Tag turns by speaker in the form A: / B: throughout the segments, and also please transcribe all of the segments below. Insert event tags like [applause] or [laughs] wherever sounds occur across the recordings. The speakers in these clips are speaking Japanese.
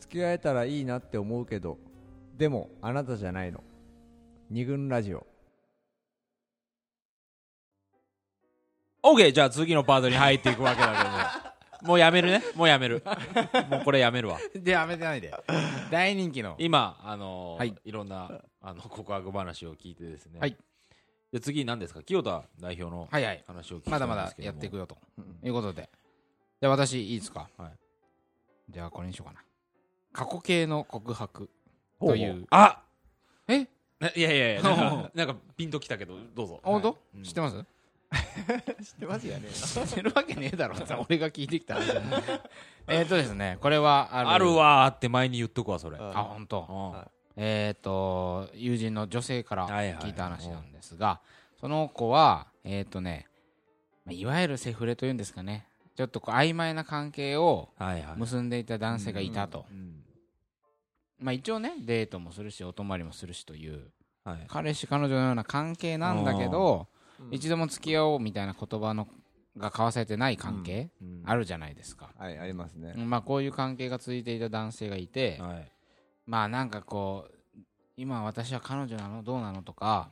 A: 付き合えたらいいなって思うけどでもあなたじゃないの二軍ラジオ
B: OK じゃあ次のパートに入っていくわけだけど [laughs] もうやめるねもうやめるもうこれやめるわ
C: [laughs] でやめてないで大人気の
B: 今あのー
C: はいい、
B: ろんなあの告白話を聞いてですね、
C: はい
B: で次何ですか清田代表の
C: はいはい
B: 話を聞きた
C: ま
B: い
C: だ
B: ん
C: ま
B: で
C: だ
B: すけども
C: やっていくよということでじゃあ私いいですか
B: はい
C: じゃあこれにしようかな過去形の告白
B: ほ
C: という
B: ほあ
C: え
B: ないやい
C: [laughs]
B: やいやなんかなんかピンときたけどどうぞ
C: あ本当、
B: はいうん
C: 知って
B: [laughs]
C: ます
A: 知ってますよね
C: [laughs] 知ってるわけねえだろ
B: [laughs]
C: って俺が聞いてきた話だねえっとですねこれはある
B: あるわーって前に言っとくわそれ、
C: あ本当、
B: うん
A: はい
C: えっ、と友人の女性から
B: はいはい
C: 聞いた話なんですが、その子はえっ、とねまあいわゆるセフレというんですかねちょっとこう曖昧な関係を
B: はいはい、
C: 結んでいた男性がいたと、
B: うん
C: まあ一応ねデートもするしお泊まりもするしという
B: はい、
C: 彼氏彼女のような関係なんだけど、一度も付き合おうみたいな言葉のが交わされてない関係、
B: うん
C: あるじゃないですか、
A: はいありますね
C: まあこういう関係が続いていた男性がいて、
B: はい
C: まあなんかこう今私は彼女なのどうなのとか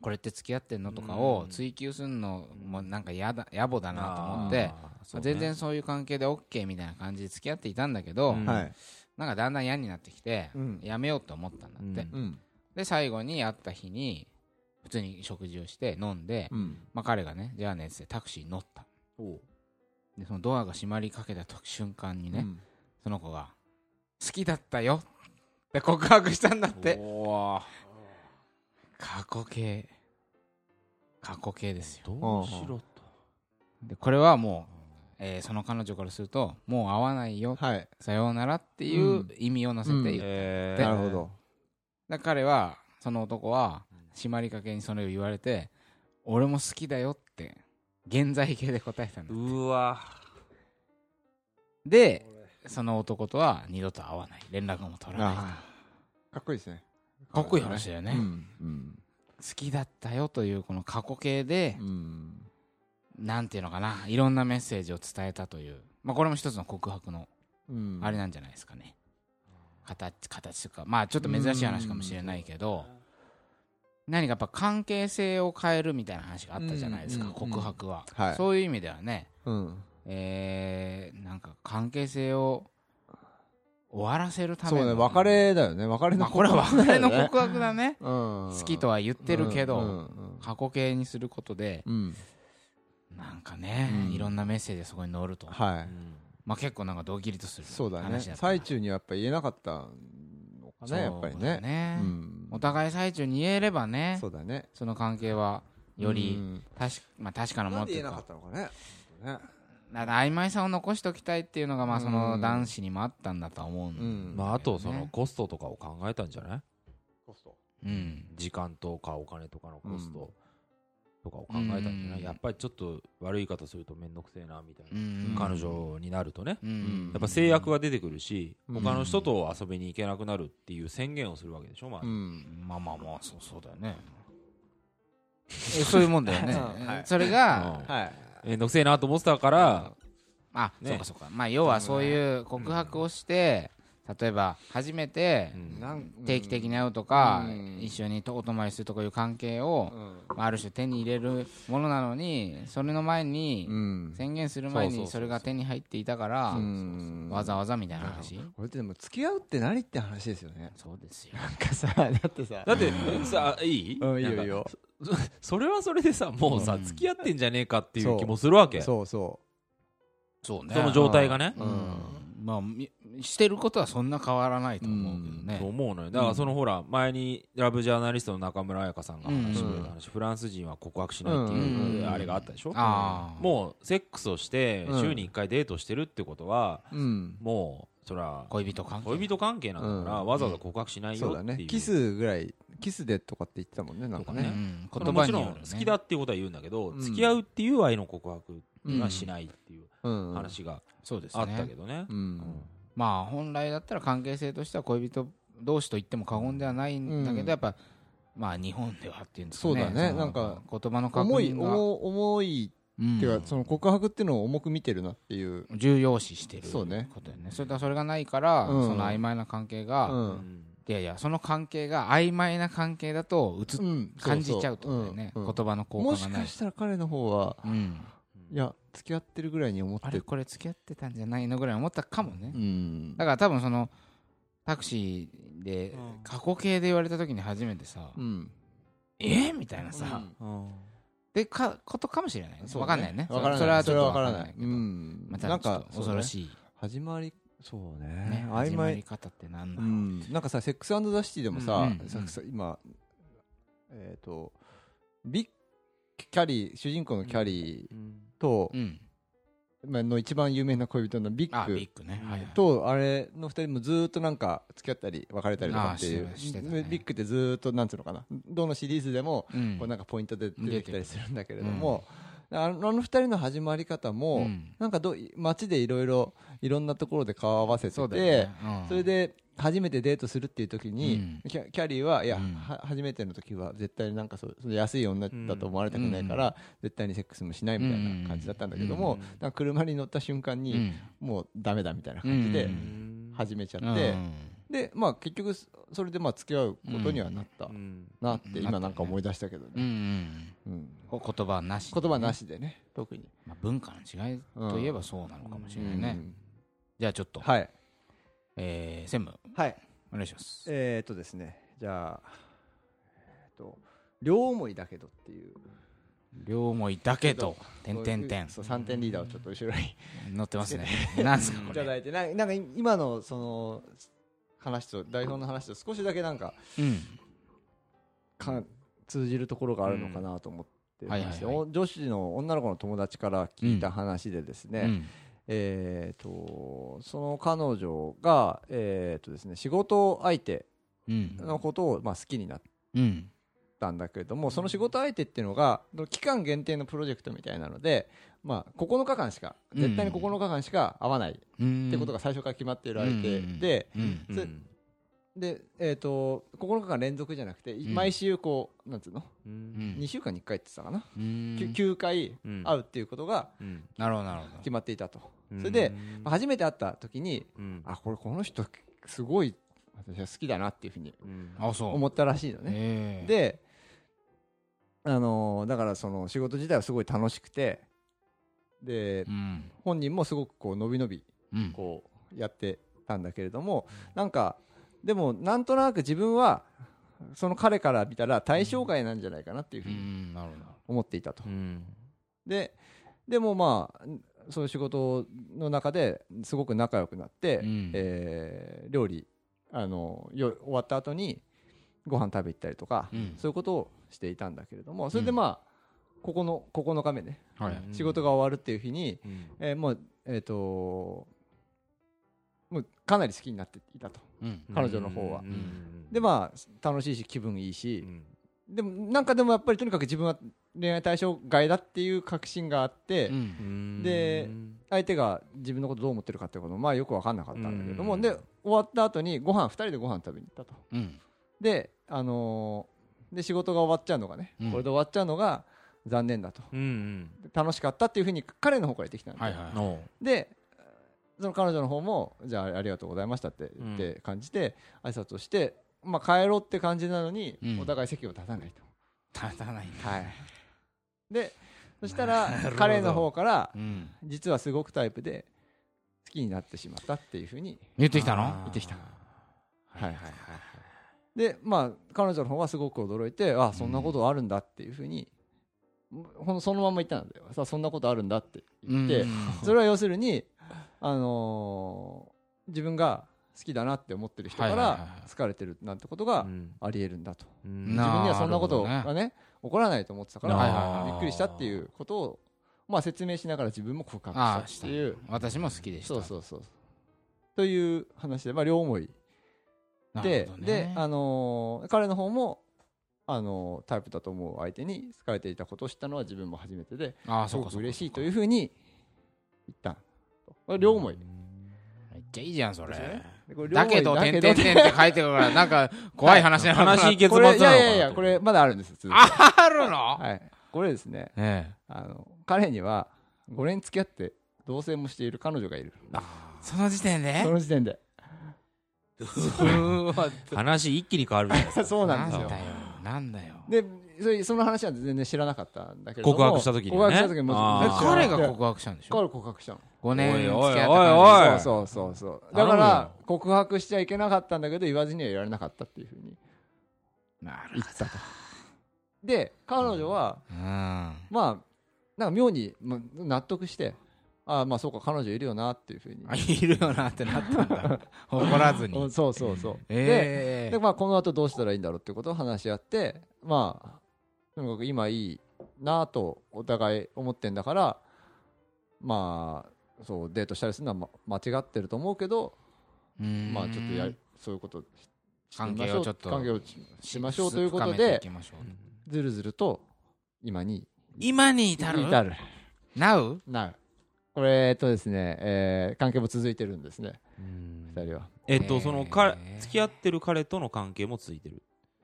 C: これって付き合ってんのとかを
B: うん
C: 追求するのもなんかやだ野暮だなと思っ
B: あ
C: て
B: ーそ
C: ま
B: う
C: あ
B: ね
C: 全然そういう関係で OK みたいな感じで付き合っていたんだけど、
B: うん
A: はい
C: なんかだんだん嫌になってきて、
A: うん
C: やめようと思ったんだって、
B: うん
A: うん
C: で最後に会った日に普通に食事をして飲んで、
A: うん
C: まあ、彼がねじゃあねっつってタクシーに乗った
B: ほ
C: でそのドアが閉まりかけた時瞬間にね、
A: うん
C: その子が「好きだったよ」って告白したんだっ
B: う
C: て
B: おー
C: 過去形過去形ですよ
B: どうしろと
C: でこれはもう、えーその彼女からするともう会わないよ
A: はい
C: さようならっていう
A: うん
C: 意味を乗せて
A: う
C: いる、
A: ん
C: だか
B: えー
A: なるほど
C: ら彼はその男は締まりかけにそれを言われて俺も好きだよって現在形で答えたんだ
B: うわ
C: でその男とは二度と会わない連絡も取らない
A: あーかっこいいですね
C: かっこいい話だよ
A: う
C: ね、好
A: んうん
C: きだったよというこの過去形で
A: う、ん
C: なんていうのかないろんなメッセージを伝えたという、まあ、これも一つの告白の
A: うん
C: あれなんじゃないですかね形形とかまあちょっと珍しい話かもしれないけど何かやっぱ関係性を変えるみたいな話があったじゃないですか
A: うんうんうん
C: 告白は、
A: はい
C: そういう意味ではね
A: うん
C: えー、なんか関係性を終わらせるた
A: そ
C: め
A: うね
C: の
A: 別れだよね別れ
C: ま
A: の
C: あ、これは別れの告白だね
A: 好
C: 好きとは言ってるけど、
A: うんうん
C: 過去形にすることで
A: うん
C: なんかね、
A: うん
C: いろんなメッセージがそこに乗ると、
B: ー
A: はい
C: まあ、結構なんかドキリとする
A: そうだね
C: 話だったな
A: 最中にはやっぱ言えなかったのか
C: そう
A: ねやっぱり
C: だ
A: ねうん
C: お互い最中に言えればね
A: そうだね
C: その関係はよ
A: う
C: り
A: ん
C: 確,、まあ、確かなも
A: な
C: の
A: ん
C: って
A: で
C: い
A: 言え
C: う
A: なか
C: か
A: ったのかねね
C: だから曖昧さを残しておきたいっていうのがまあ
A: うん
C: その男子にもあったんだとは思う
A: うんん
B: まああとその
C: ね
B: コストとかを考えたんじゃない
A: コスト
C: うん
B: 時間とかお金とかのコス
A: うん
B: トとかを考えたんじゃな
C: う
B: い
C: ん
B: やっぱりちょっと悪い言い方すると面倒くせえなみたい
C: うんう
B: なん彼女になるとね
C: うん
B: やっぱ制約が出てくるし
A: うん
B: 他の人と遊びに行けなくなるっていう宣言をするわけでしょまあ
A: うん
C: まあまあまあそうそうだよねえそういうもんだよね、
A: うん [laughs] はい
C: それ
B: う
C: が、
B: ん
A: はい
B: 面倒くせえなと思ってたから
C: あ、
B: ね
C: そうかそうかまあ要はそういう告白をして、例えば初めて
B: うん
A: なん
C: 定期的に会うとか、
A: うん
C: 一緒にお泊まりするとかいう関係を、
A: うん
C: まあ、ある種手に入れるものなのにそれの前に
A: うん
C: 宣言する
B: そ
C: 前
B: うそうそう
C: に
B: そう
C: それが手に入っていたから
A: うん
C: わざわざみたいな話
A: これってでも付き合うって何って話ですよね
C: そうですよ
A: なんかさだってさ
B: だってさいい
A: うんいいよ
B: なん
A: いい
B: か
A: よ
B: それはそれでさもうさ
C: うん
B: 付き合ってんじゃねえかってい
A: そうう
B: 気もするわけそ
A: そうそ
C: そう
B: の状態がね
C: う、
A: うん
C: まあみしてることはそんな変わらないと思うけど
B: と
C: ね、
B: 思うのよだからそのほら前にラブジャーナリストの中村彩香さんが話してくれた話フランス人は告白しないって
C: う
B: い
C: ん
B: うあれがあったでしょ
C: ああ
B: もうセックスをして
A: うん
B: 週に1回デートしてるってことは
A: ううん
B: もうそれは
C: 恋人関係
B: 恋人関係なんだから
A: うん
B: わざわざ告白しない
A: そう
B: よ
A: だ
B: って
A: ね
B: いう
A: キスぐらいキスでとかって言ってたもんねなんか
B: とか
C: う
A: ね
C: ん、
B: それ
C: 言
B: も
C: 葉
B: ち
C: に
B: ろ
C: よ
B: ん
C: るね
B: 好きだっていうことは言うんだけど
A: うん
B: 付き合うっていう愛の告白はし
A: い
B: ないっていう
A: うん
B: 話が
C: そうです
B: あ
C: ね
B: ったけどね
A: うん
C: まあ本来だったら関係性としては恋人同士と言っても過言ではないんだけど、
A: うん
C: やっぱまあ日本ではっていうんですかね
A: そうだね
C: の
A: なんか
C: 言葉の確
A: 重い
C: 認が
A: 重重い
C: うん
A: ていうかその告白っていうのを重く見てるなっていう、
C: 重要視してるこ
A: そ
C: と
A: うね
C: よねそれとそれがないから、
A: うん
C: その曖昧な関係
A: う
C: が、
A: ん
C: いやいやその関係が曖昧な関係だとうつ、
A: うん
C: 感じちゃうってことだよね、
A: うんうん
C: 言葉の効
A: も
C: 果が
A: し
C: な
A: か
C: い
A: したら彼の方は
C: うん、
A: いや付き合ってるぐらいに思っ
C: あ
A: て
C: れこれ付き合ってたんじゃないのぐらい思ったかもね、
A: うん
C: だから多分そのタクシーで
B: うん
C: 過去形で言われた時に初めてさ「
A: うん
C: えみたいなさ、っ
B: うん
C: てかことかもしれないね
A: そう
C: わかんないね
A: わからない
C: それはち
A: そ
C: ょっ
A: れ
C: と
A: は
C: わ
A: わから
C: ん
A: ない
C: け
A: う
C: ど、
A: ん
C: まあ、
A: なん
C: ちょっ
A: かそ
C: と
A: うね
C: 恐ろしい、
A: 始まりそうね
C: ね
A: 曖
C: 始まり
A: 昧
C: 方ってなん
A: う
C: だろう、
A: んなんかさセックスザシティでもさ
C: うん
A: ささ今えっとビッキャリー主人公のキャリーと
C: うん
A: まあの一番有名な恋人のビ
C: あ
A: ッ
C: ビ
A: グ
C: ッグね、はいはい、
A: とあれの二人もずーっとなんか付き合ったり別れたりとかってい
C: あ
A: う
C: ーしてたしてたね
A: ビッグってずーっとなんつうのかなどのシリーズでも
C: うん
A: こうなんかポイントで出てきたりするんだけれども、あのあの二人の始まり方も、
C: うん
A: なんかどう街でいろいろいろんなところで顔を合わせてて
C: そ
A: そ,、
C: うだよねうん
A: れで初めてデートするっていう時に、キャキャリーはいや、
C: うん
A: は初めての時は絶対になんかそうその安い女だと思われたくないから、絶対にセックスもしないみたいな感じだったんだけども、
B: うん
A: なんか車に乗った瞬間
C: う
A: に、
C: ん
A: もうダメだみたいな感じ
C: う
A: で
B: ん
A: 始めちゃって、
C: うん
A: でまあ結局そそれでまあ付き合うことにはなった、
B: うん
A: なって
C: うん
A: 今なんか思い出したけどね
C: うんうん
A: うん
C: こ言葉なし、
A: 言葉な、しでね特に
C: まあ、文化の違いといえばそうなのかもしれないね、じゃあちょっと、
A: はい
C: えー、専務
A: はい
C: お願いします
A: えーっとですねじゃあえーっと両思いだけどっていう
C: 両思いだけど点点点
A: そう3点リーダーをちょっと後ろに
C: 載ってますねなんすか
A: い
C: こ
A: ただ
C: れ
A: いてななんか今のその話と台本の話と少しだけなんか
C: うん
A: か通じるところがあるのかなと思ってまして
C: うんはいはい
A: お女子の女の子の友達から聞いた話でですね、
C: うん
A: えー、とその彼女が、えーとですね、仕事相手
C: うん
A: のことを、まあ、好きになっ
C: うん
A: たんだけれどもその仕事相手っていうのが期間限定のプロジェクトみたいなので、まあ、9日間しか
C: うん
A: 絶対に9日間しか会わないっ
C: うん
A: てことが最初から決まっている相手で,、
C: うん
A: それでえー、と9日間連続じゃなくて
C: ん
A: 毎週こうなんつうの
B: う
C: うんん
A: 2週間に1回って言ってたかな、
C: うん
A: きゅ9回
B: うん
A: 会うっていうことが
B: うん
C: なるほどなるほ
A: 決まっていたと。
B: うん
A: それでまあ初めて会った時に
B: うん
A: あこれこの人すごい私は好きだなっていうふうに
B: うん
C: どあそう
A: 思ったらしいのね、
C: えー
A: であのーだからその仕事自体はすごい楽しくてで、
C: うん
A: 本人もすごくこう伸び伸び
C: うん
A: こうやってたんだけれどもなんかでもなんとなく自分はその彼から見たら対象外なんじゃないかなっていうふ
C: う
A: うに
C: んなるほど
A: 思っていたと
B: う、ん
A: ででもまあそういう仕事の中ですごく仲良くなって、
C: うん
A: えー料理あのよ終わった後にご飯食べ行ったりとか、
C: うん
A: そういうことをしていたんだけれどもそれでまあ、ここの9日目ね
C: はい
A: 仕事が終わるっていう日に、
B: うん
A: えーもうえっ、ともうかなり好きになっていたと
C: うん
A: 彼女の方は
B: うん
A: でまあ楽しいし気分いいし、
B: うん
A: でもなんかでもやっぱりとにかく自分は恋愛対象外だっていう確信があって、
C: うん
A: で
B: うん
A: 相手が自分のことどう思ってるかってこともまあよく分かんなかったんだけれども、
B: うん
A: で終わった後にご飯二人でご飯食べに行ったと
C: うん
A: であのーで仕事が終わっちゃうのがね、
C: うん
A: これで終わっちゃうのが残念だと
B: うん
A: で楽しかったっていうふうに彼の方から言ってきたんで,、
C: はい
B: うん
C: は
B: おう
A: でその彼女の方もじゃあありがとうございましたって言って感じて、挨拶をして、まあ、帰ろうって感じなのに、
C: うん
A: お互い席を立たないと、
C: い立た
A: [laughs]
C: ない
A: はいでそしたら彼の方から
C: うん
A: 実はすごくタイプで好きになってしまったっていうふうに
C: 言ってきた
B: あ
C: の
B: ー
A: 言ってきたはいはい
B: はい
A: でまあ彼女の方はすごく驚いてあそんなことあるんだっていうふうに、ほんそのまま言ったんだよさそんなことあるんだって言って、それは要するに、あのー自分が好きだなって思ってる人か
C: はいはいはい
A: ら
C: はい
A: 好かれてるなんてことが
B: うん
A: ありえるんだと、
B: うん
C: な
A: 自分にはそんなこと
C: なるほ
A: がね起こらないと思ってたから、
C: はいはいはい
A: びっくりしたっていうことを、まあ、説明しながら自分も告白
C: ああ
A: し
C: したた
A: っていう
C: [laughs] 私も好きでした
A: そうそうそうという話で、まあ、両思い
C: なる
A: で
C: ほど、ね
A: で、あのー彼の方も、あのータイプだと思う相手に好かれていたことを知ったのは自分も初めてで、
C: ああ
A: す
C: そう
A: ご
C: か
A: く
C: そうか
A: 嬉しいと
C: め
A: い
C: っ
A: うふうに言った。これ両思い。
C: ちゃいいじゃんそれ
A: でこれ両
C: だ
A: 思い
C: けど、てんてん
A: こ
C: てんって書いてるから、なんか、怖い話なのかな。 [laughs]
B: 悲しい結末
A: れ
B: ないのかな
A: やいやいや、これまだあるんです。続き
C: あるの
A: はい。これですね、
C: え
A: あの、彼には5年付き合って同棲もしている彼女がいる
C: その時点で
A: [laughs] その時点で
C: うわ
B: 話一気に変わるじゃないですか
A: そうなんです
C: なん
A: よ
C: だよなんだよ
A: でそれその話は全然知らなかったんだけれども
B: 告白した時にね
A: 告白した時にもちろん
B: あー
C: 彼が告白したんでしょ
A: 彼告白したの
C: 5年付き合
B: おいおい
C: った
B: おい
C: 感
B: おい
A: そうそうそうそう
B: 頼
A: だ
B: む
A: か
B: よ
A: ら告白しちゃいけなかったんだけど言わずにはいられなかったっていうふうに
C: じなる
A: 言ったとで彼女は
C: うん
A: まあなんか妙にまあ納得してああまあそうか彼女いるよなっていうふうに
C: あいるよなってなった
A: [laughs]
C: んだ怒らず
A: う
C: に
A: んそうそうそうで
C: え
A: でまあこの後どうしたらいいんだろうってことを話し合ってまあとにかく今いいなとお互い思ってんだからまあそうデートしたりするのはま間違ってると思うけど
C: え
A: まあちょっとやそういうことししてみ
C: 関
A: まし
C: 係
A: ょう
C: をちょっと
A: 関係をししましょうということで
C: 深めていきましょう
A: ずるずると今に
C: 今に至る
A: 至る
C: Now?
A: なるこれえっとですね、えー関係も続いてるんですね
B: [laughs] うん
A: 2人は
B: えっとそのか
C: へー
B: 付き合ってる彼との関係も続いてる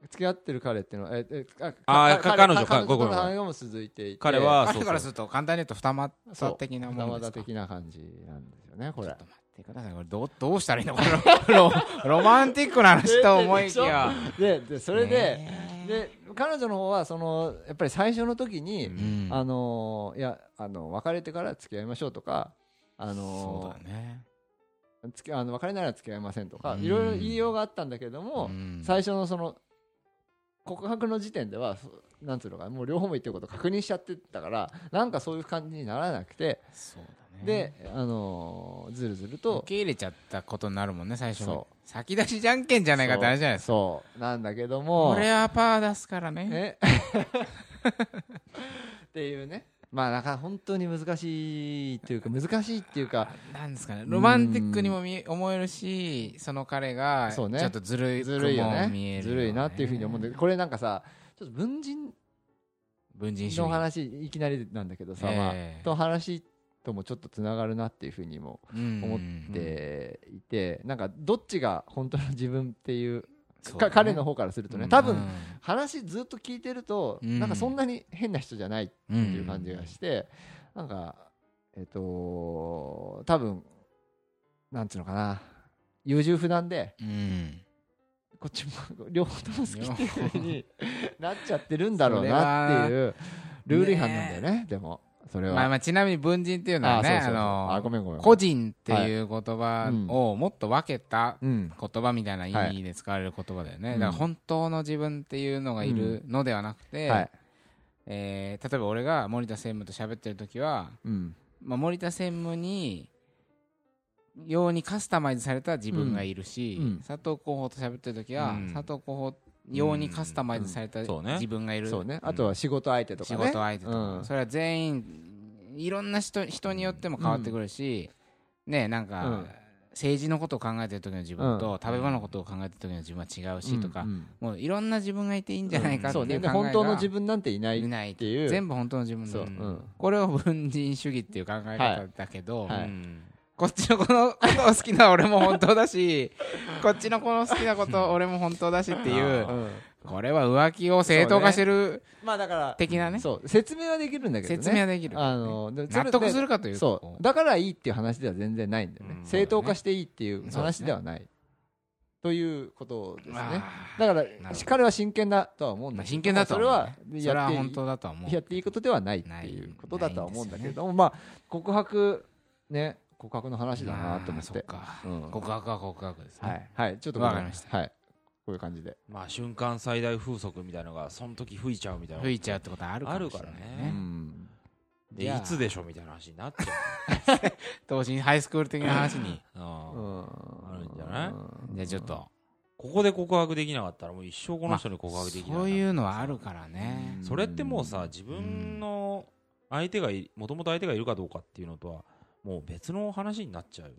A: 付き合ってる彼っていうのはえーえー
B: あーか彼女か
A: 彼
B: ごめ
A: と
B: んごめん
A: の関係も続いていて
B: 彼は
C: 彼からすると簡単に言うと二
A: そ
C: 股
A: う
C: 的な
A: 二
C: もんで
A: 股
C: すか
A: 的な感じなんですよねこ
C: ちょ
A: れ
C: っと待ってくださいこれどうどうしたらいいのこれロ [laughs] ロマンティックな話と思いきや
A: でで [laughs] それで,、
C: ね
A: で彼女の方はそのやっぱり最初の時に、
B: うん
C: うん
A: あのーいやあの別れてから付き合いましょうとか、あ
C: そ
A: の
C: うだね
A: ーつきあの別れなら付き合いませんとか、
C: うん
A: いろいろ言いようがあったんだけども、
C: うん
A: 最初のその告白の時点ではそなんつうのかなもう両方も言ってること確認しちゃってたからなんかそういう感じにならなくて、
C: そうだね
A: で、あのーずるずる
C: 受
A: と
C: け入れちゃったことになるもんね最初
A: そ
C: 先出しじゃんけんじゃないかってあれじゃないですか
A: そうなんだけども
C: 俺はパー出すからね
A: ね
C: [laughs]
A: っていうねまあなんか本当に難しいっていうか難しいっていうか
C: なんですかねロマンティックにも見え思えるしその彼がち
A: そ
C: ょ
A: うね
C: っとずるい
A: ずるいよ
C: くも見え
A: ね
C: る
A: ずるいなっていうふうに思うんだけどこれなんかさちょっと文人
C: 文人主
A: の
C: 義
A: 話いきなりなんだけどさ、
C: え
A: ま
C: え
A: あ、と話ともちょっとつながるなっていうふうにも思
C: 思
A: っていて、なんかどっちが本当の自分っていうか彼の方からするとね、
B: うん
A: 多分話ずっと聞いてると、
C: うん
A: なんかそんなに変な人じゃない
C: て
A: っていう感じがして、なんかえっ、と多分なんつうのかな優柔不断で
C: うん
A: こっちも両方とも好きっていうふうになっちゃってるんだろうなっていうルール違反なんだよねでもそれは、
C: まあまあちなみに文人っていうのはね
A: あそうそうそ
C: あ
A: うあ
C: の
A: ごめんごめん
C: 個人っていう言葉をもっと分けた
A: うん
C: 言葉みたいな意味で使われる言葉だよね
A: は
C: だ
A: い
C: から本当の自分っていうのがいるのではなく
A: は
C: て
A: い
C: えー例えば俺が森田専務と喋ってる時は
A: うん
C: まあ、森田専務に用にカスタマイズされた自分がいるし、
A: うんうん
C: 佐藤候補と喋ってる時は、
B: うん
C: 佐藤候補用にカスタマイズされた
B: うんそうね
C: 自分がいる、
A: そうねあとは仕事相手とか
C: 仕
A: ね
C: 事相手とか、
A: うん
C: それは全員いろんな人人によっても変わってくるし、ねなんか、
A: うん
C: 政治のことを考えてる時の自分と、
A: うん
C: 食べ物のことを考えてる時の自分は違うしとか、
A: うんうん
C: もういろんな自分がいていいんじゃないかって
A: そ
C: いうう考え
A: ねで
C: が
A: 本当の自分なんていない
C: い
A: っ
C: ない
A: ていう
C: 全部本当の自分だ
A: そう、う
C: と
A: ん
C: これを文人主義っていう考え方だけど、
A: はい
B: うん
C: こっちのこのことを好きな俺も本当だし、 [laughs] こっちのこの好きなこと俺も本当だしっていう
A: う、ん
C: これは浮気を正当化してる
A: まあだから
C: 的なね、
A: そう説明はできるんだけどね
C: 説明はできる。
A: あのでそれ
C: 納
A: で
C: 得するかというと
A: そ
C: こ
A: うだからいいっていう話では全然ないんだよね、
B: うん
A: 正当化していいっていう
C: そうです
A: 話
C: ね
A: ではない、ということですね
C: あ
A: だから
C: ほど
A: 彼は真剣だとは思う
C: ー
A: ん
C: ま
A: だ
C: あ
A: けど
C: 真剣だとは
A: それ
C: 思う
A: は
C: ね
A: や
C: それは
A: ってい
C: 本当だとは思う。
A: やっていいことではないっていうことだとは思うんだけ
C: ないんです
A: どまあ告白ね告白の話だなと思っ、
C: まあそってか
A: うん
C: 告白は告白ですね。
A: はい、はい、ちょっと
C: わかりました
A: はいこういう感じで、
B: まあ瞬間最大風速みたいのがその時吹いちゃうみたいな
C: 吹いちゃうってことはあるかもしれない
B: あるから
A: う
B: ね
C: ね。
A: ん、
B: で
C: じゃあ
B: いつでしょみたいな話になっちゃ
C: 同時にハイスクール的な話に。
B: う [laughs] うん
A: あ
B: るんじゃない
C: じゃあちょっと、
B: ここで告白できなかったらもう一生この人に告白できないな
C: そういうのはあるからね。
B: それってもうさ自分の相手がもともと相手がいるかどうかっていうのとはもう別の話になっちゃう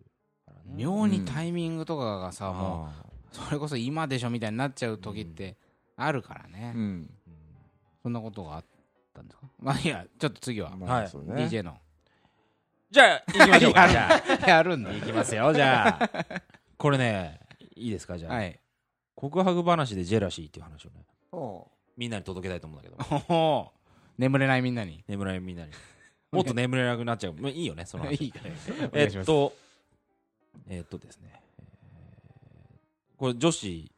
B: からね
C: 妙にタイミングとかが
B: あ
C: さ、
B: ー
C: もう、それこそ今でしょみたいになっちゃう時ってあるからね、
A: うん
C: そんなことがあったんですかまあいいやちょっと次は、
A: まあ
B: はい
A: そうね
C: DJ の [laughs]
B: じゃあ行きましょうかじゃ
C: やるんだ
B: あ行きますよじゃあ [laughs] これねいいですかじゃあ、
C: はい
B: 告白話でジェラシーっていう話をね
A: おう
B: みんなに届けたいと思うんだけど [laughs]
C: おお眠れないみんなに
B: 眠らないみんなにもっと眠れなくなっちゃう。まあいいよね、その話。
C: いいからお願
B: え
C: いしま
B: っ
C: す
B: と、えっとですね、えーこれ女子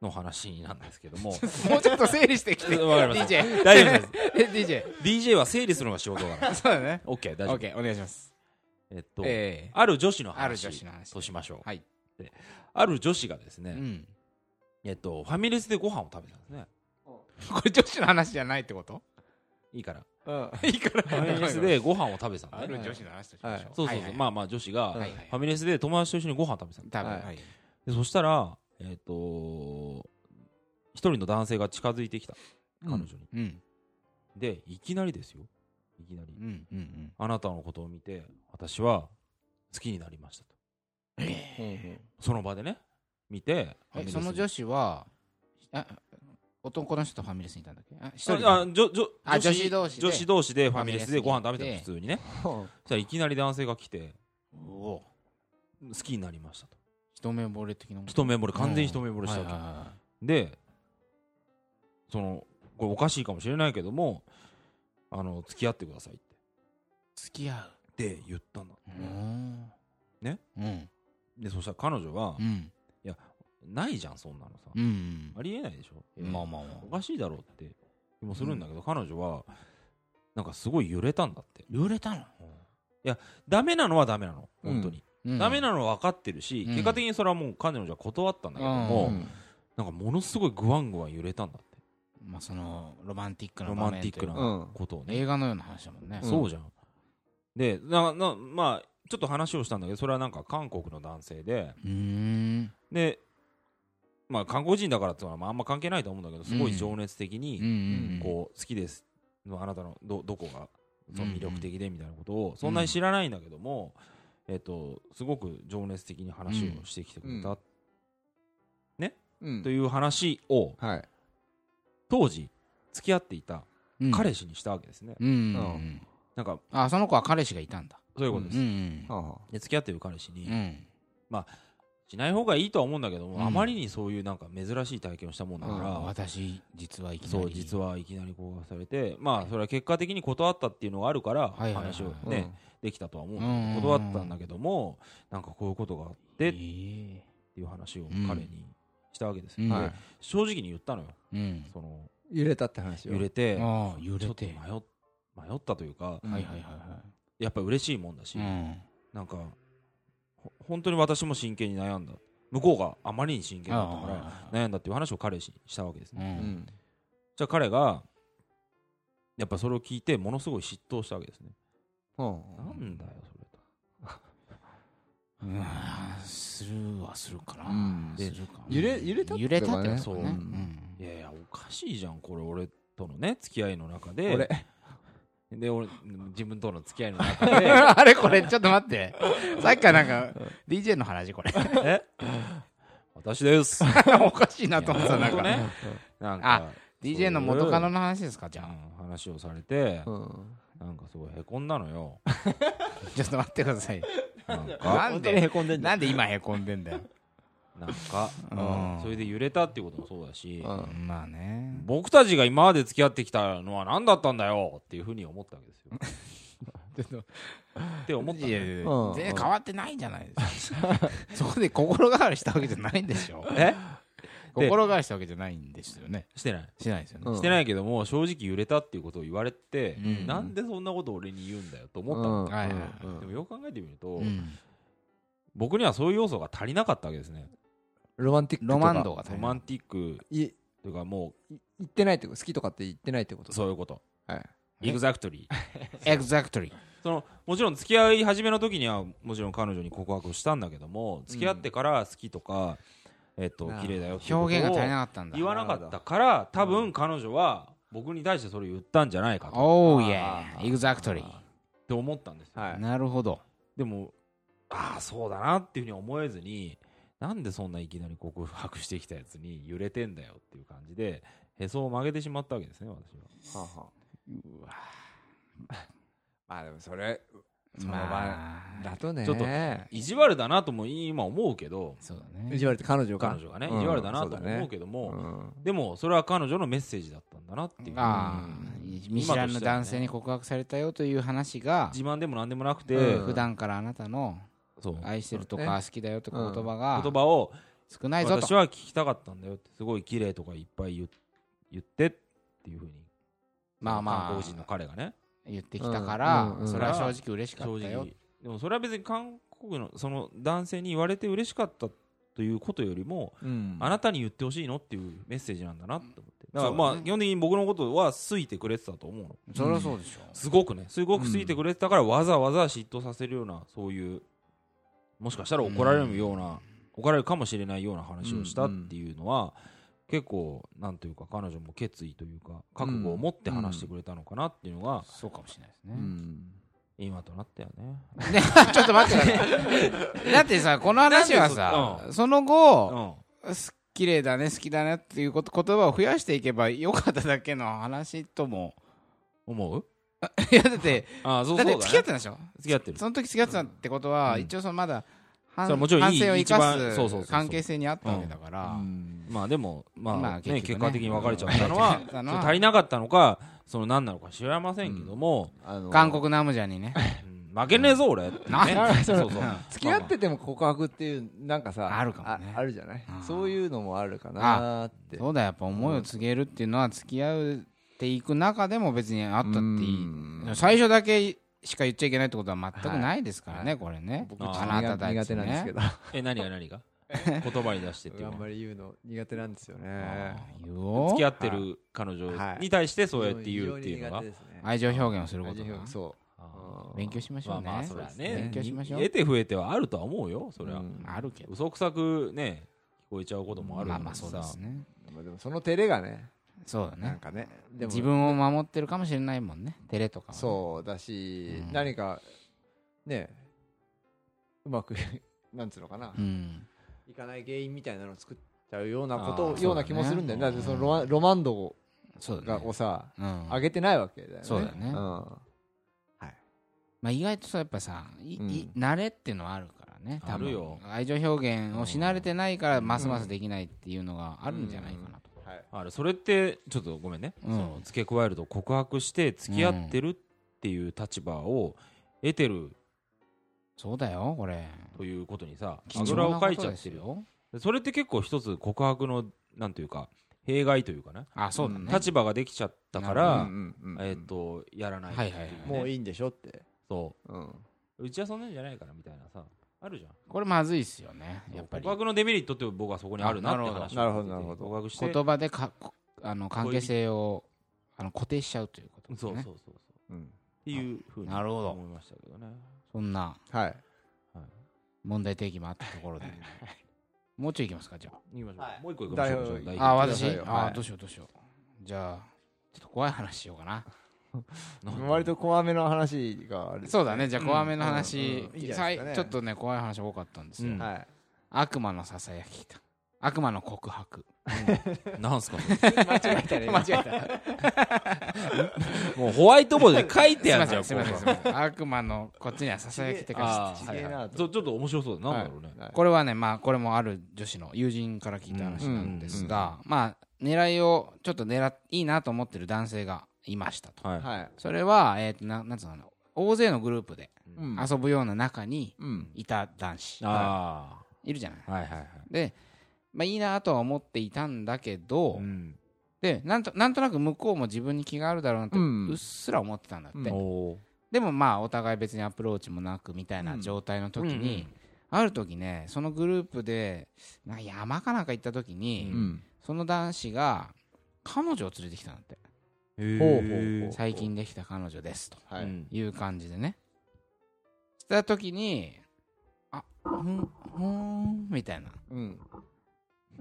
B: の話なんですけど
C: [laughs]
B: も、
C: もうちょっと整理してきて。
B: [laughs] わかりました
C: DJ。
B: 大丈夫
C: [laughs]
B: です。
C: です。
B: DJ は整理するのが仕事だから
C: [laughs] DJ。。そうだね。
B: OK、大
C: オ
B: 丈
C: ッ
B: 夫。
C: ケー、お願いします。
B: えっと、
C: え
B: ある女子の
C: ある
B: 話
C: 女子の話
B: としましょう。
C: はい
B: である女子がです
C: え。う
B: ね、
C: ん。
B: えっと、ファミレスでご飯を食べたんですね。
C: これ女子の話じゃないってこと
B: いいか
A: う
B: ら。
A: ん
C: いいから。
B: ファミレス [laughs] でご飯を食べてたん
C: あ
B: だね。
C: る女子の話としましょう。
B: そうそうそう。まあまあ女子が、
A: はい
C: はい
B: ファミレスで友達と一緒にご飯食べてたの
C: 多分。
A: はい
C: はい
B: でそしたら、えっ、と一人の男性が近づいてきた、彼女に。
C: うん。
B: で、いきなりですよ。いきなり。
C: うん。うんうん。
B: あなたのことを見て、私は好きになりましたと。
A: うん
B: その場でね、見て、ファミ
C: え
B: レス
C: その女子は、あ男の人とファミレスにいたんだっけあ、一人で。
B: あ、女女
C: あ女子同士で
B: 女子同士でファミレスでご飯食べ
C: ファミ
B: た
C: レ
B: の
C: ス
B: 普通に
A: う
B: ね。
A: ん
B: そしたらいきなり男性が来て、
C: お
B: 好きになりましたと。
C: 一目惚れ的なもの
B: 一目惚れ、完全に一目惚れしたわけ。
C: はいはいは
B: でそのこれおかしいかもしれないけどもあの付き合ってくださいっ
C: い付き合
B: てで言ったんだ
C: う。うん
B: ね
C: うん。
B: でそしたら彼女は
C: う、ん。
B: ないじゃんそんなのさ、
C: うん
B: あ。りえないでしょ、
C: まあまあま
B: お
C: あ。
B: かしいだろうって気もするんだけど、彼女はなんかすごい揺れたんだって
C: 揺れたの
B: ダメなのはダメなの
A: うん
B: 本当に、
C: うん
B: ダメなのは分かってるし、
C: うん
B: 結果的にそれはもう彼女は断ったんだけど
C: う
B: も、
A: うんん
B: なんかものすごいグワングワン揺れたんだって
C: まあそのロマンティックな
B: ロ
C: 場
B: マン
C: 面
B: ティック
C: というか
B: な
A: うん
B: ことをね、
C: 映画のような話だもんね。
B: そうじゃん。で、な、な、まあ、ちょっと話をしたんだけど、それはなんか韓国の男性で、
C: うーん。
B: で、まあ、韓国人だからっていうのはまああんま関係ないと思うんだけど、すごい情熱的
C: うんう
B: に、
C: ん。
B: こう、好きです。あなたのど、どこが、その魅力的でみたいなことを、
C: ん
B: そんなに知らないんだけども、えっと、すごく情熱的に話をしてきてくれ
A: う
B: た
A: うん
B: という話を、
A: はい
B: 当時、付き合っていた
C: うん。
B: 彼氏にしたわけですね。
C: うんうんう。
A: うん
B: なんか、
C: あ、その子は彼氏がいたんだ。
B: そういうこと
C: う
B: で
C: んう
B: す。
C: ん。
A: は
B: で、付き合ってる彼氏に、
C: うん。
B: しない方がいいとは思うんだけども、
C: うん
B: あまりにそういうなんか珍しい体験をしたもんだか
C: あ
B: ら、
C: 私、実はいきなり。
B: そう実はいきなり告白されてまあそれは結果的に断ったっていうのがあるから
C: はいはいはい
B: 話をね、
A: あ
B: できたとは思うん
C: うん
B: だ
C: うんうん
B: けど断ったんだけどもなんかこういうことがあって
C: え
B: って
C: え。
B: いう話を
C: うん
B: 彼にしたわけですよ、
C: うん
B: で
A: はい
B: 正直に言ったのよ
C: うん。
B: その
A: 揺れたって話を
B: 揺れて
C: ああ、揺
B: ち
C: れ
B: ょっと
C: て
B: 迷。っ迷ったというか
A: うん
C: はいはいは
B: やっぱ嬉しいもんだし、
C: いはい。うん。
B: なんかほ本当に私も真剣に悩んだ向こうがあまりに真剣だったから
C: ああ
B: 悩んだっていう話を彼氏にしたわけですね
C: う。
A: うんん
B: じゃあ彼がやっぱそれを聞いてものすごい嫉妬したわけですね。
A: うん
B: なんだよそれと。
C: うんするはするか
A: う
C: な。
A: ん
C: するか。
A: 揺れ揺れたってことだね
C: 揺れたってこと
B: そう
C: だね。うん
B: いやいやおかしいじゃんこれ俺とのね付き合いの中で。
A: 俺
B: で俺自分との付き合いの中
C: [laughs]
B: で
C: あれこれ、ちょっと待って。さっきからなんか、DJ の話これ。
B: え私です。
C: おかしいなと思ってた。
B: いや
C: なんか、
B: 本なんか
C: DJ の元カノの話ですか
B: じ
C: じゃ
B: ゃ
C: あ。
B: ん話をされて
A: うん
B: なんかすごいへこんだのよ。
C: ちょっと待ってください。
B: なんか
C: なん
A: 本当に
C: で、
A: へこんでんだ
C: なんで今へこんでんだよ。
B: なんか
C: うん
B: それで揺れたっていうこともそうだし
A: う。ん
C: まあね。
B: 僕たちが今まで付き合ってきたのは何だったんだよっていうふうに思ったわけですよ。
C: ちょっと
B: って思ったの
C: いや
B: よ
C: いやいや
A: うん
C: 全然変わってないじゃないですか。 [laughs] そこで心変わりしたわけじゃないん [laughs] でしょ。
B: えで
C: 心変わりしたわけじゃないんですよね。
B: してない
C: しないですよね
A: うん。
B: してないけども正直揺れたっていうことを言われて、
C: うん
B: なんでそんなこと俺に言うんだよと思ったの、
A: うん
C: はいはいは
B: でもよく考えてみると、
C: うん
B: 僕にはそういう要素が足りなかったわけですね
A: ロマンティックと
C: ロ
A: か
C: マンドが足
B: ロ
C: り
B: マ
C: ない
B: ンティック
A: いい
B: というかも
A: 言ってないってこと好きとかって言ってないってこ
B: う
A: と
B: そういうこと
A: はい
C: え
B: エグザクトリー
C: Exactly。
B: [laughs] そのもちろん付き合い始めの時にはもちろん彼女に告白をしたんだけども付き合ってから好きとか、えっと
A: なあ
B: 綺麗だよっていうこと
C: 表現が足り
B: を
C: なかったんだ
B: 言。わなかったから多分彼女は僕に対してそれを言ったんじゃないかとっ
C: おーい
A: あ
C: や、Exactly。
B: て思ったんですよ、
A: はい
C: なるほど。
B: でもああそうだなっていうふうに思えずになんでそんないきなり告白してきたやつに揺れてんだよっていう感じでへそを曲げてしまったわけですね私は
A: はあはあまあでもそれその場
C: まあ、
A: だとね
B: ちょっと意地悪だなとも今思うけど
C: そうだ
A: 意
C: ね。
A: 地悪って彼女か
B: 彼女がね
A: うん
B: 意地悪だな
A: そう
B: と
A: だ
B: も
A: ね
B: 思うけども、
A: うん
B: でもそれは彼女のメッセージだったんだなっていう
C: ああ、見知らぬ男性に告白されたよという話が、
B: 自慢でも何でもなくて、
A: うん
C: 普段からあなたの
B: そう言
C: 愛してると
A: そう
C: か
A: ね
C: 好きだよとか
A: うん
C: 言葉が
B: 葉を
C: 少ないぞ
B: 私
C: と。
B: は聞きたかったんだよってすごい綺麗とかいっぱい言言ってっていうふうに
C: まあ
B: 韓
C: ま
B: 国人の
C: あ、
B: 彼がね
C: 言ってきたから
A: うんう、ん
C: それは正直嬉しか
B: 正
C: ったよ
B: 直。でもそれは別に韓国のその男性に言われて嬉しかったということよりも
A: うん
B: あなたに言ってほしいのっていうメッセージなんだなと思ってだから
C: そうだね
B: まあ基本的に僕のことは好いてくれてたと思うの
C: そりゃそうでしょ。
B: すごくねすごく好いてくれてたからわざわざ嫉妬させるようなそういうもしかしたら怒られるような怒られるかもしれないような話をしたっていうのは結構なんというか彼女も決意というか覚悟を持って話してくれたのかなっていうのが
C: そうかもしれないです
A: う
C: ね。
A: ん
B: 今となったよね
C: ね [laughs] ちょっと待ってください。だって [laughs] さ、この話は
B: なんで
C: さ
B: そ、
C: その後、
B: うん
C: す綺麗だね、好きだねっていうこと言葉を増やしていけばよかっただけの話とも。 [laughs]
B: 思う
C: いや、だって、
B: ああそう
C: だ
B: そ
C: っ
B: うだ
C: て
B: ね
C: 付き合ってたでしょ
B: 付き合ってる
C: その時付き合ってたってことは、
B: うん
C: 一応そのまだ反
B: それはもちろんいい
C: 反省を生
B: 一番そうそう
C: か
B: そう
C: す
B: そう
C: 関係性にあったわけだから、
B: まあでもまあ
C: まあ
B: ね
C: 結局ね
B: 結果的に別れちゃったの
C: [laughs]
B: は
C: うん
B: [laughs] ちょっと足りなかったのかその何なのか知らませんけども
A: あの
C: 韓国ナムジャにね
B: うん負けねえぞ俺って
C: [laughs] な
B: ね
A: ん
B: そうそう
C: うん
A: 付き合ってても告白っていうなんかさ
C: あるかもね
A: ああるじゃない
C: うん
A: そういうのもあるかなーって
C: そうだやっぱ思いを告げるっていうのは付き合っていく中でも別にあったっていい、
A: うん
C: 最初だけしか言っちゃいけないってことは全くないですからね、これね
A: 僕
B: あ
A: ちょっと
B: ー
C: あなた
A: 苦
C: たち
A: 苦
C: ね
A: 手なんですけど
B: [laughs] え何が何が言葉に出してっていう
A: あ
B: の
A: んまり言うの苦手なんですよね
C: あー言おう
B: [laughs] 付き合ってる彼女に対してそうやって言うっていう
A: 非常に苦
B: のが
A: 手ですね
C: 愛情表現をするこ
A: 愛
C: と
A: 情
C: が
A: 表現そ
B: あ
A: う
C: 勉強しま
B: ー
C: しょう
B: まあ
C: ね,、
B: まあそりゃね
C: 勉強しましょう
B: 得て増えてはあるとは思うよそれは
A: うん
C: あるけど
B: 嘘くさくね聞こえちゃうこともある
C: まあ
B: の
C: まあ
B: に
C: そう
B: さ
C: ですね
A: まあでもその照れがね
C: そうだ
A: な
C: ね
A: んかねでも
C: 自分を守ってるかもしれないもんね照れとかはね
A: そうだし
C: うん
A: 何かねうまく [laughs] なんつうのかな
C: うん
A: いかない原因みたいなのを作っちゃうようなこ
B: あーそ
A: と
B: うだね
A: ような気もするんだよねだってそのロマンロマンドを
C: そうだ
A: が
C: ね
A: をさ
C: うん
A: 上げてないわけだよね
C: そうだね
A: ん
C: まあ、意外とさやっぱさい、い慣れっていうのはあるからね多分
B: あるよ
C: 愛情表現をし慣れてないからますますできないっていうのがあるんじゃないかなと、
A: はい
B: あれそれってちょっとごめんね、
C: うん
B: その付け加えると告白して付き合ってるっていう立場を得てる
C: そうだよこれ
B: ということにさ
C: 貴
B: あぐ
C: 重
B: ら
C: な
B: を
C: こ
B: かいちゃ
C: と
B: っ
C: で
B: て
C: す
B: るよ
C: よ
B: それって結構一つ告白のなんというか弊害というかね
C: あそうだね、
B: 立場ができちゃったか
C: あ
A: う
B: ら、
A: んうんうん
B: えっとやらない
C: はいはいはい
A: もう
B: い
A: いいんでしょって
B: そう
A: うん
B: うちはそんなんじゃないからみたいなさあるじゃん
C: これまずいっすよねやっぱり
B: 告白のデメリットって僕はそこにあるなって
C: あ
B: 話
A: なるほどなるほど
B: 告白して
C: 言葉でかこあの関係性をあの固定しちゃうということです
B: そう
C: ね
B: そうそうそうっ
A: うん
B: ていうふうに
C: なるほど
B: 思いましたけどね
C: そんな
A: はい
B: はい
C: 問題提起もあったと
B: [laughs]
C: ころでもうちょいいきますかじゃあ
B: 行きましょう
A: はい
B: もう一個行きましょう
A: 代表
B: 代
C: あ
B: 表
C: 私、
A: 行ってくださいよ
C: あ
A: はい
C: どうしようどうしようじゃあちょっと怖い話しようかな
A: 割と怖めの話がある
C: そうだね、じゃあ、怖めの
A: うん
C: 話
A: うんうんいいじ、ゃな
C: さ
A: いですか
C: い
A: ね
C: ちょっとね、怖い話多かったんですよ
B: うん。
A: はい
C: 悪魔のささやきだ悪魔の告白。
B: なんすか
A: 間違えたね
C: [laughs] 間違えた。
B: もうホワイトボードで書い
C: す
B: て
C: い
B: あ
C: ま
B: るじ
C: せ
B: ゃん
C: ん、すいません、すいません。悪魔の、こっちにはささやきって書いてあ
B: あ
C: る
A: ち
B: あ
A: げえなと
B: ちょちょっと面白そうだなんだろうね
A: はい
C: これはね、まあ、これもある女子の友人から聞いた話なんですが、まあ、狙いを、ちょっと狙っ、いいなと思ってる男性がいましたと。
B: はい
A: はい
C: それは、えっと、ななんつうのかな、大勢のグループで
A: うん
C: 遊ぶような中に
A: うん
C: いた男子、
B: あ
C: いるじゃない。
B: あはいはいはい
C: で、まあ、いいなとは思っていたんだけど、
B: うん
C: でなんとなんとなく向こうも自分に気があるだろうなって
A: うん
C: うっすら思ってたんだって、
A: うん
B: おー
C: でもまあお互い別にアプローチもなくみたいな状態の時に、ある時ねそのグループでなんか山かなんか行った時に、
A: うん
C: その男子が彼女を連れてきたんだって
B: へー
A: ほうほうほう
C: 最近できた彼女ですと
A: は
B: う
A: い
B: ん
C: いう感じでねした時にあふんふーんみたいな
A: うん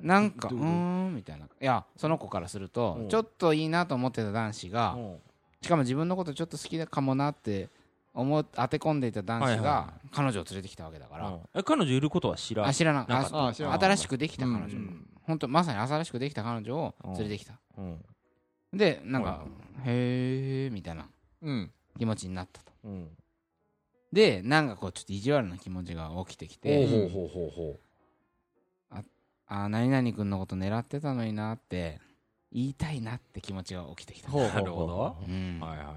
C: なんかう
B: どういうこと
C: ーんみたいないやその子からする
B: う
C: と
B: ん
C: ちょっといいなと思ってた男子が、
B: うん
C: しかも自分のことちょっと好きだかもなって思う当て込んでいた男子
B: はいは
C: が彼女を連れてきたわけだから、
B: うんえ彼女いることは知ら
C: あ
B: ん
C: 知らな
B: な
C: か
B: ん
C: っ
B: か
C: た
A: あ知らなかった
C: 新しくできた彼
A: う
C: 女、
A: ん
C: 本当まさに新しくできた彼女を連れてきた、
B: うん
C: でなんか
B: は、
C: へえみたいな
A: うん
C: 気持ちになったと
B: うん
C: でなんかこうちょっと意地悪な気持ちが起きてき
B: ほう
C: て
B: ほうほうほうほう
C: あー何々君のこと狙ってたのになって言いたいなって気持ちが起きてきた、
A: ほう
B: なるほど
C: うん
B: はいは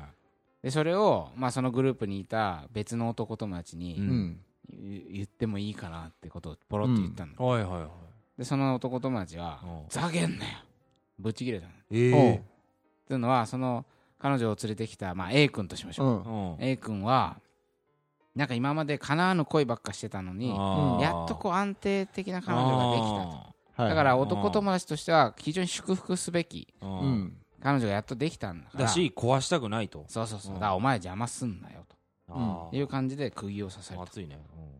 C: でそれを、まあ、そのグループにいた別の男友達
B: う
A: う
C: に
A: ん
C: 言言ってもいいかなってことをポロッと言ったの、
B: いはいはいはい
C: でその男友達は
B: うん
C: 「ざけんなよ!」ぶち切れたの。っ
B: ええ
C: ていうのはその彼女を連れてきた、まあ、A 君としまし
A: う
C: ょう、
A: ん
C: A 君はなんか今まで叶わぬ恋ばっかしてたのにやっとこう安定的な彼女ができたと
A: はい
C: だから男友達としては非常に祝福すべき
B: たと
A: う
B: うん
A: ん
C: 彼女がやっとできたんだから
B: だし壊したくないと
C: そうそうそう
B: うん
C: だからお前邪魔すんなよ
B: あ
C: と
B: ー
C: いう感じで釘を刺された
B: 熱いねうん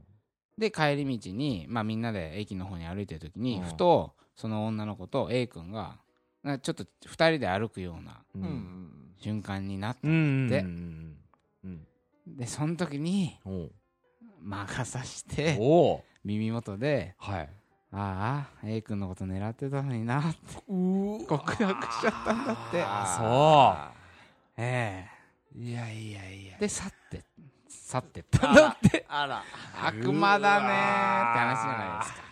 C: で帰り道に、まあ、みんなで駅の方に歩いてる時に
B: うん
C: ふとその女の子と A 君がなんかちょっと2人で歩くような
A: う
B: うん
A: ん
C: 瞬間になって
B: うん
C: で
B: うんうん
C: でその時に
B: うん
C: 魔が差し
B: お
C: て
B: お
C: 耳元で
B: はい
C: 「ああ A 君のこと狙ってたのにな」って
B: う
C: 告白しちゃったんだって
B: あ
C: え
B: そういやいやいや
C: えで去って去っ
B: [laughs]
C: てったんだって
A: あら
C: 悪魔だねーって話じゃないですか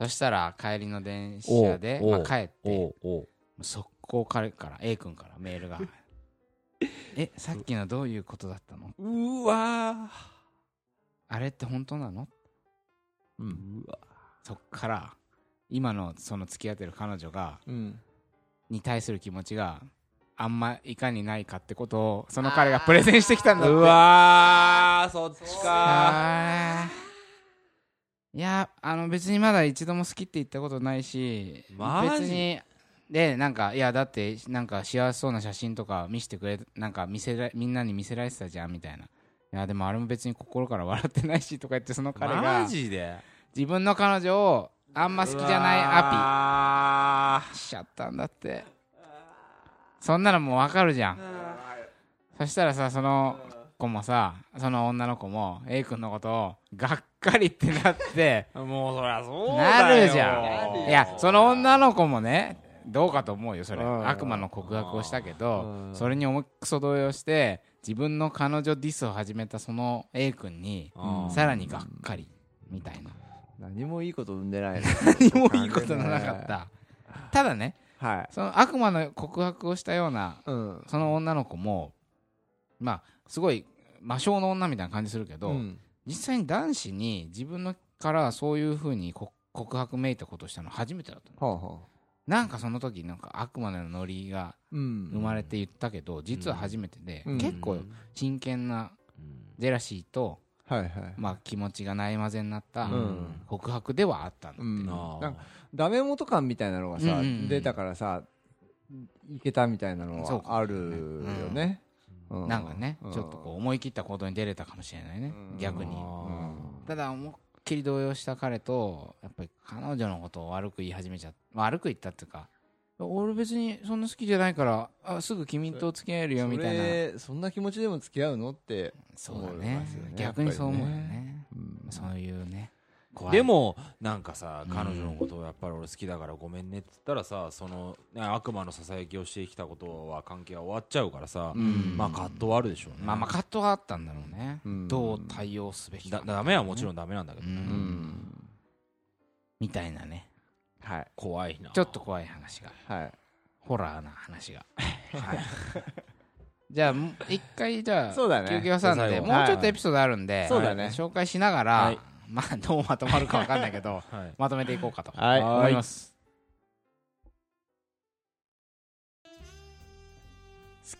C: そしたら帰りの電車で、
B: おう
C: ま
B: お
C: あ、
B: う
C: 帰って
B: おうおう
C: 速攻彼から A 君からメールがえさっきのどういうことだったの
B: うわ
C: あれって本当なの
A: うん
B: ーうわ
C: そっから今のその付き合ってる彼女が
A: うん
C: に対する気持ちがあんまいかにないかってことをその彼がプレゼンしてきたんだって
B: うわーそっちか
C: あーいやあの別にまだ一度も好きって言ったことないし
B: マジ
C: 別にでなんかいやだってなんか幸せそうな写真とか見せてくれなんか見せらみんなに見せられてたじゃんみたいないやでもあれも別に心から笑ってないしとか言ってその彼
B: マ
C: が
B: ジで
C: 自分の彼女をあんま好きじゃないア
B: ア
C: ピしちゃったんだってそんなのもうわかるじゃんそしたらさその子もさその女の子も A 君のことをがっかりってなって
B: もうそりゃそう
C: な
B: だよ
C: るじゃんいやその女の子もねどうかと思うよそれ
A: うん
C: 悪魔の告白をしたけど
A: うん
C: それに思いっくそ動揺して自分の彼女ディスを始めたその A 君に
B: うん
C: さらにがっかりみたいな
A: 何もいいこと生んでないね
C: 何もいいことのなかったただね
A: はい
C: その悪魔の告白をしたような
A: うん
C: その女の子もまあすごい魔性の女みたいな感じするけど、
A: うん
C: 実際に男子に自分のからそういうふうにこ告白めいたことをしたの初めてだったの
A: はあはあ
C: なんかその時なんか悪魔のようなノリが
A: うん
C: 生まれて言ったけど、実は初めてで、
A: うん
C: 結構真剣なジェラシーと、
A: はいはい
C: まあ、気持ちがないまぜになった
A: うん
C: 告白ではあったの、
A: うん
B: あー
A: なんかダメ元感みたいなのがさ
C: うんうんうん
A: 出たからさいけたみたいなの
C: そう
A: は
C: かも
A: あるよねう
C: なんかね、
A: う
C: ちょっとこう思い切った行動に出れたかもしれないね、
A: うん
C: 逆に。
A: うん
C: ただ思いっきり動揺した彼とやっぱり彼女のことを悪く言い始めちゃった悪く言ったっていうか俺別にそんな好きじゃないからあすぐ君と付き合えるよみたい
A: そ
C: な
A: れそんな気持ちでも付き合うのって
C: そうだ
A: 思い
C: ね
A: ますよね
C: 逆にそう思うよね
A: やっぱりうん
C: そういうね怖い
B: でもなんかさ
C: うん
B: 彼女のことをやっぱり俺好きだからごめんねって言ったらさそのね悪魔のささやきをしてきたことは関係は終わっちゃうからさ
C: ん
B: まあ葛藤はあるでしょうね
C: まあまあ葛藤があったんだろうね、
A: うん
C: どう対応すべきか
B: だダメはもちろんダメなんだけどね
C: うん
A: うん
C: みたいなね
A: はい
B: 怖いな
C: ちょっと怖い話が
A: はい
C: ホラーな話がじゃあもう一回じゃあ
A: そうだね
C: 休憩挟ん
B: 最
C: で
B: 後
C: もうちょっとエピソードあるんで
A: そうだね
C: 紹介しなが
B: は
C: ら
B: い
C: まあどうまとまるかわかんないけ
A: [laughs]
C: ど
B: はい
C: まとめていこうかと
A: はい
C: 思います好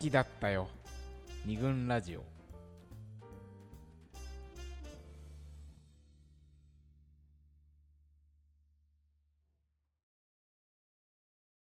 C: きだったよ二軍ラジオ